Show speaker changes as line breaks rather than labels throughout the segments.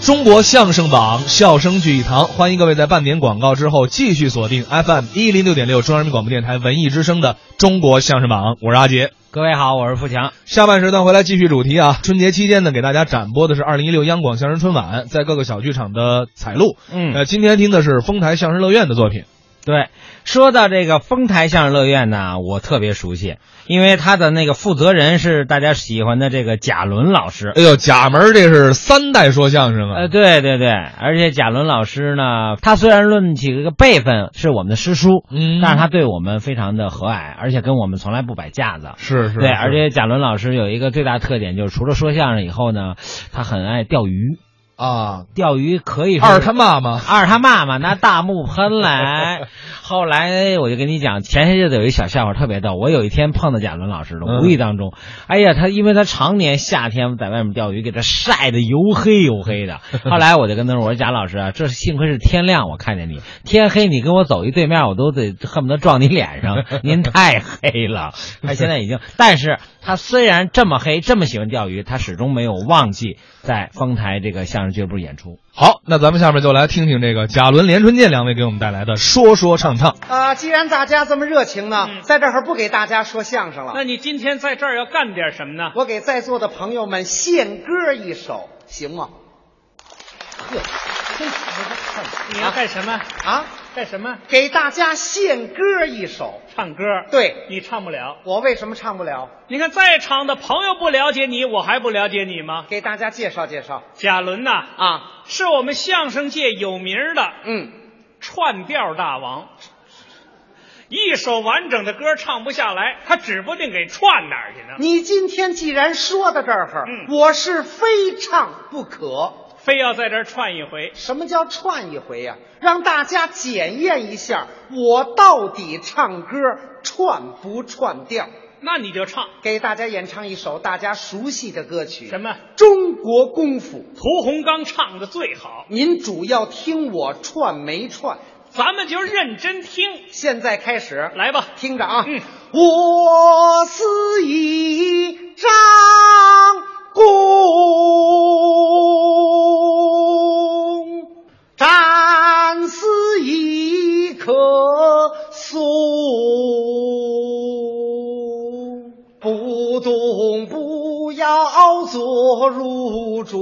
中国相声榜，笑声聚一堂，欢迎各位在半点广告之后继续锁定 FM 一零六点六中央人民广播电台文艺之声的《中国相声榜》，我是阿杰。
各位好，我是富强。
下半时段回来继续主题啊！春节期间呢，给大家展播的是二零一六央广相声春晚在各个小剧场的采录。
嗯
呃，今天听的是丰台相声乐院的作品。
对，说到这个丰台相声乐园呢，我特别熟悉，因为他的那个负责人是大家喜欢的这个贾伦老师。
哎呦，贾门儿这是三代说相声啊！
呃，对对对，而且贾伦老师呢，他虽然论起这个辈分是我们的师叔，
嗯
但是他对我们非常的和蔼，而且跟我们从来不摆架子。
是是，
对，
是
而且贾伦老师有一个最大特点，就是除了说相声以后呢，他很爱钓鱼。
啊，
钓鱼可以说
二他妈妈
二他妈妈拿大木喷来，后来哎我就跟你讲，前些日子有一小笑话特别逗。我有一天碰到贾伦老师
嗯
了，无意当中，哎呀，他因为他常年夏天在外面钓鱼，给他晒得油黑油黑的。后来我就跟他说：“我说贾老师啊，这幸亏是天亮我看见你，天黑你跟我走一对面，我都得恨不得撞你脸上，您太黑了。”他现在已经， 但是他虽然这么黑，这么喜欢钓鱼，他始终没有忘记在丰台这个相声俱乐部演出。
好，那咱们下面就来听听这个贾伦、连春建两位给我们带来的说说唱唱。
啊，既然大家这么热情呢，在这儿不给大家说相声了
嗯那，你今天在这儿要干点什么呢？
我给在座的朋友们献歌一首，行吗？呵，真
你要干什么？
啊，
干什么？
给大家献歌一首。
唱歌。，
对，
你唱不了。
我为什么唱不了？
你看在场的朋友不了解你，我还不了解你吗？
给大家介绍介绍
贾伦呐、
啊。
是我们相声界有名的
嗯，
串调大王。一首完整的歌唱不下来，他指不定给串哪儿去呢。
你今天既然说到这儿，
嗯
我是非唱不可。
非要在这儿串一回，
什么叫串一回呀、让大家检验一下我到底唱歌串不串调。
那你就唱
给大家演唱一首大家熟悉的歌曲，
什么？
中国功夫。
屠洪刚唱的最好，
您主要听我串没串？
咱们就认真听，
现在开始，
来吧。
听着啊！
嗯
我是一张弓，战是一棵树，不动不摇，坐如钟。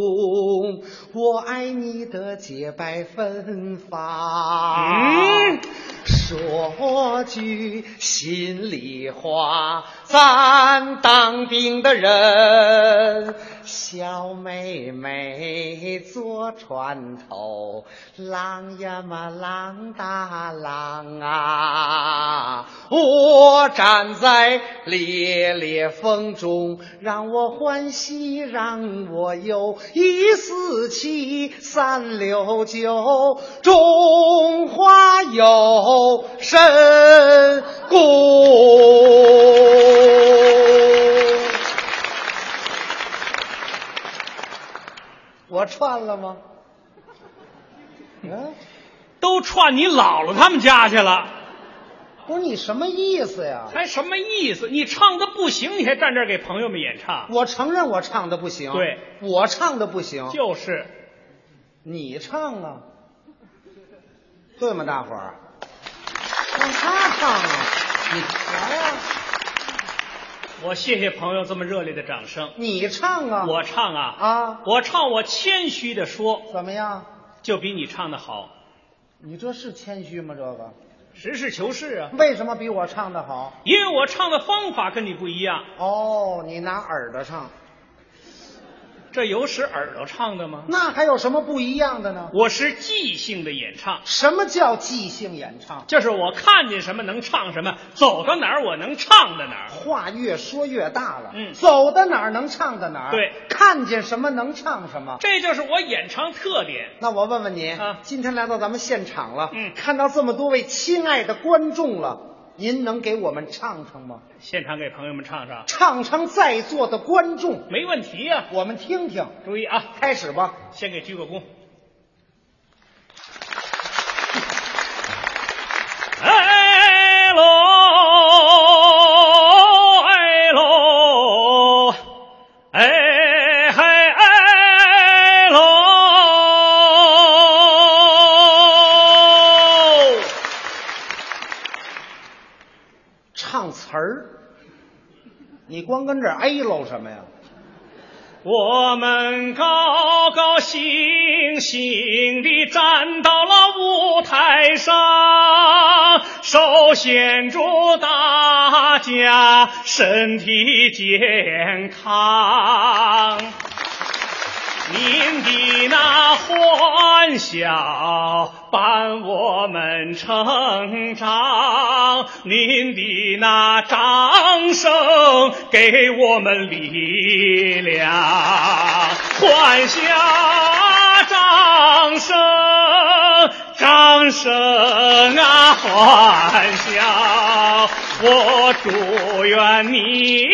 我爱你的洁白芬芳。
嗯
说句心里话，咱当兵的人，小妹妹坐船头，浪呀嘛浪大浪啊！我站在烈烈风中，让我欢喜，让我忧，一四七三六九，中华有神功。我串了吗？嗯，
都串你姥姥他们家去了，
不是你什么意思呀？
还哎什么意思？你唱的不行，你还站这儿给朋友们演唱，
我承认我唱的不行，
对，
我唱的不行，
就是
你唱啊，对吗？大伙儿，让他唱啊，你来啊呀、
我谢谢朋友这么热烈的掌声。
你唱啊，
我唱啊
啊
我唱，我谦虚的说，
怎么样？
就比你唱的好，
你这是谦虚吗？这个
实事求是啊。
为什么比我唱的好？
因为我唱的方法跟你不一样，
哦，你拿耳朵唱，
这有使耳朵唱的吗？
那还有什么不一样的呢？
我是即兴的演唱，
什么叫即兴演唱？
就是我看见什么能唱什么，走到哪儿我能唱到哪儿。
话越说越大了，
嗯
走到哪儿能唱到哪儿，
对
看见什么能唱什么。
这就是我演唱特点。
那我问问你，
啊
今天来到咱们现场了，
嗯
看到这么多位亲爱的观众了，您能给我们唱唱吗？
现场给朋友们唱唱，
唱唱在座的观众，
没问题呀、
我们听听。
注意啊，
开始吧，
先给鞠个躬。哎喽哎喽哎嗨哎喽
儿，你光跟这儿哎喽什么呀？
我们高高兴兴地站到了舞台上，手显祝大家身体健康。您的那欢笑伴我们成长，您的那掌声给我们力量。欢笑啊，掌声，掌声啊，欢笑！我祝愿你。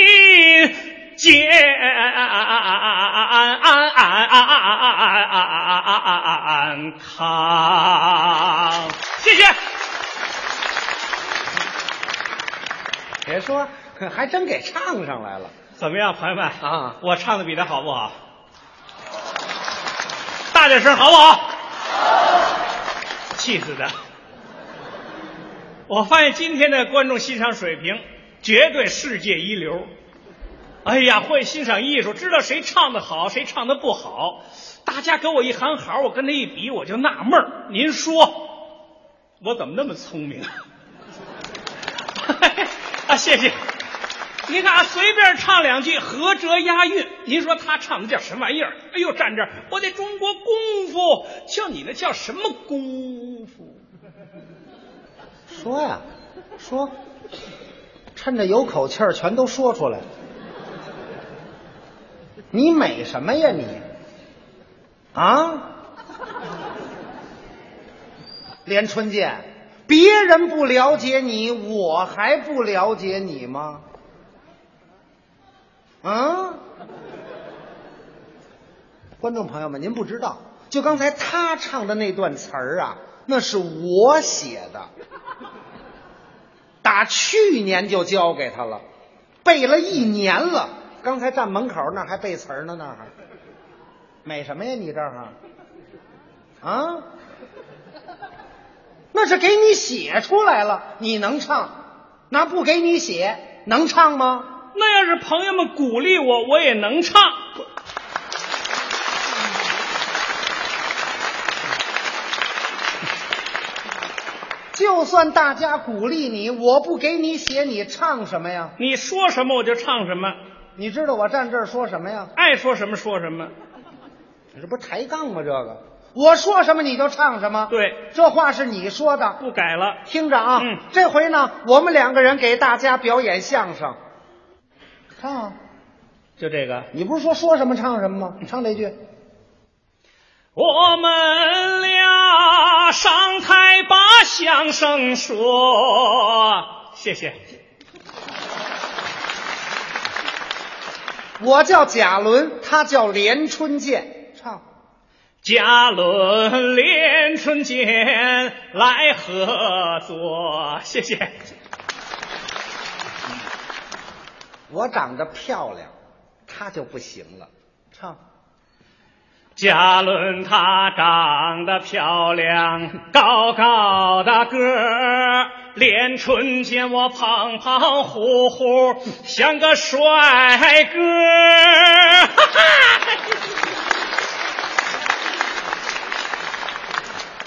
健康，谢谢。
别说，还真给唱上来了。
怎么样，朋友们
啊
我唱的比他好不好？大点声，好不好？气死的！我发现今天的观众欣赏水平绝对世界一流。哎呀，会欣赏艺术，知道谁唱的好，谁唱的不好。大家给我一喊好，我跟他一比，我就纳闷儿您说，我怎么那么聪明啊？ 啊，谢谢。您看啊，随便唱两句，合辙押韵。您说他唱的叫什么玩意儿？哎呦，站这儿，我得中国功夫，叫你那叫什么功夫？
说呀，说，趁着有口气儿，全都说出来。你美什么呀你？啊？连春见，别人不了解你，我还不了解你吗？啊？观众朋友们，您不知道，就刚才他唱的那段词儿啊，那是我写的，打去年就交给他了，背了一年了。刚才站门口那儿还背词儿呢，那儿还美什么呀？你这儿啊？那是给你写出来了，你能唱，那不给你写能唱吗？
那要是朋友们鼓励我，我也能唱。
就算大家鼓励你，我不给你写，你唱什么呀？
你说什么我就唱什么，
你知道我站这儿说什么呀？
爱说什么说什么。
你这不是抬杠吗？这个，我说什么你就唱什么。
对，
这话是你说的，
不改了。
听着啊。
嗯
这回呢，我们两个人给大家表演相声。看啊，嗯
就这个，
你不是说说什么唱什么吗？你唱这句。
我们俩上台把相声说，谢谢。
我叫贾伦，他叫连春见。唱。
嘉伦、连春间来合作，谢谢。
我长得漂亮，他就不行了。唱。
嘉伦她长得漂亮，高高的个儿，连春见我胖胖乎乎，像个帅哥。哈哈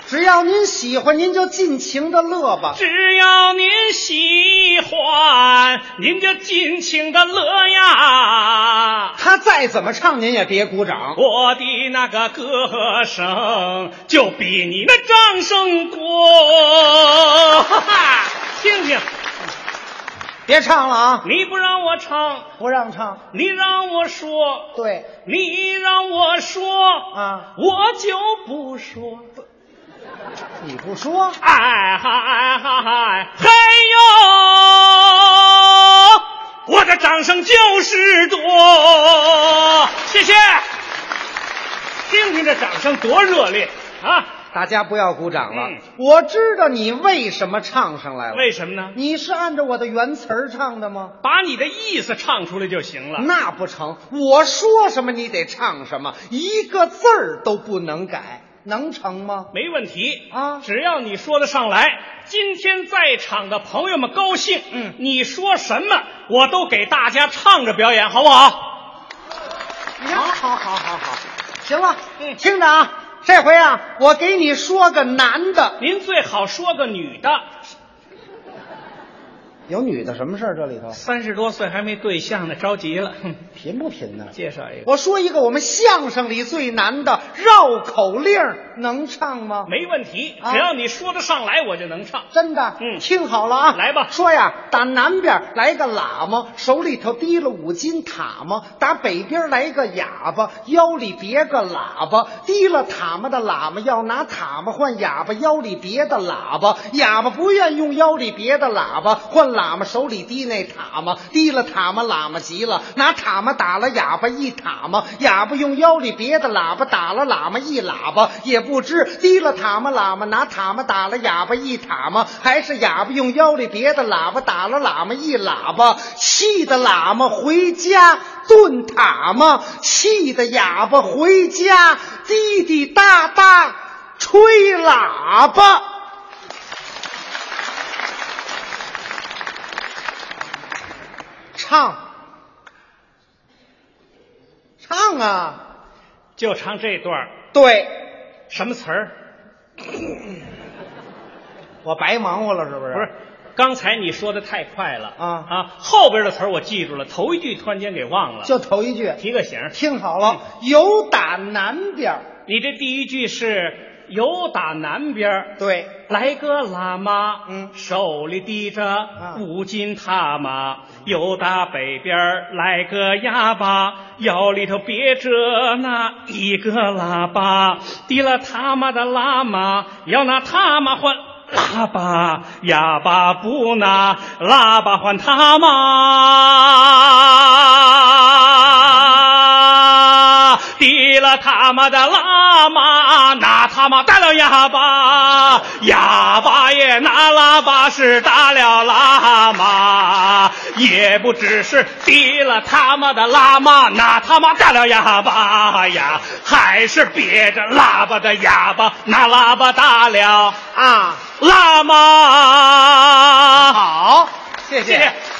只要您喜欢，您就尽情的乐吧。
只要您喜欢，您就尽情的乐呀。
他再怎么唱，您也别鼓掌。
我的那个歌声就比你那掌声多，哈哈！听听，
别唱了啊！
你不让我唱，
不让唱。
你让我说，
对
你让我说，
啊，
我就不说。
你不说，
哎嗨哎嗨嗨嘿呦！我的掌声就是多，谢谢。听听这掌声多热烈啊！
大家不要鼓掌了。
嗯
我知道你为什么唱上来了。
为什么呢？
你是按照我的原词儿唱的吗？
把你的意思唱出来就行了。
那不成，我说什么你得唱什么，一个字儿都不能改。能成吗？
没问题
啊
只要你说得上来，今天在场的朋友们高兴，
嗯
你说什么我都给大家唱着表演，好不好？
你看，好好好好，行了，
嗯
听着啊，这回啊，我给你说个男的，
您最好说个女的，
有女的什么事儿？这里头
三十多岁还没对象呢，着急了。哼
贫不贫呢？
介绍一个，
我说一个我们相声里最难的绕口令儿，能唱吗？
没问题，
啊
只要你说得上来，我就能唱。
真的，
嗯
听好了啊，
来吧
说呀，打南边来个喇嘛，手里头提了五斤塔嘛；打北边来个哑巴，腰里别个喇叭。提了塔嘛的喇嘛要拿塔嘛换哑巴腰里别的喇叭，哑巴不愿用腰里别的喇叭换喇嘛手里提那塔嘛。提了塔嘛喇嘛急了，拿塔嘛打了哑巴一塔嘛，哑巴用腰里别的喇叭打了喇嘛一喇叭，也不知提了塔嘛喇嘛拿塔嘛打了哑巴一塔嘛，还是哑巴用腰里别的喇叭打了喇嘛一喇叭，气的喇嘛回家炖塔嘛，气的哑巴回家滴滴答答吹喇叭。唱，唱啊！
就唱这段儿
对，
什么词儿？
我白忙活了，是不是？
不是，刚才你说的太快了
啊
啊！后边的词儿我记住了，头一句突然间给忘了。
就头一句，
提个醒儿，
听好了，
嗯
有打南边儿，
你这第一句是有打南边儿
对，
来个喇嘛，
嗯
手里提着五斤塔嘛，有打北边儿来个哑巴，腰里头别着那一个喇叭，提了他妈的喇嘛，要拿他妈换喇叭，哑巴不拿喇叭换他妈。提了他妈的喇嘛，拿他妈打了哑巴，哑巴也拿喇叭是打了喇嘛，也不只是提了他妈的喇嘛，拿他妈打了哑巴呀，还是别着喇叭的哑巴拿喇叭打了
啊，
喇嘛。
好，谢
谢谢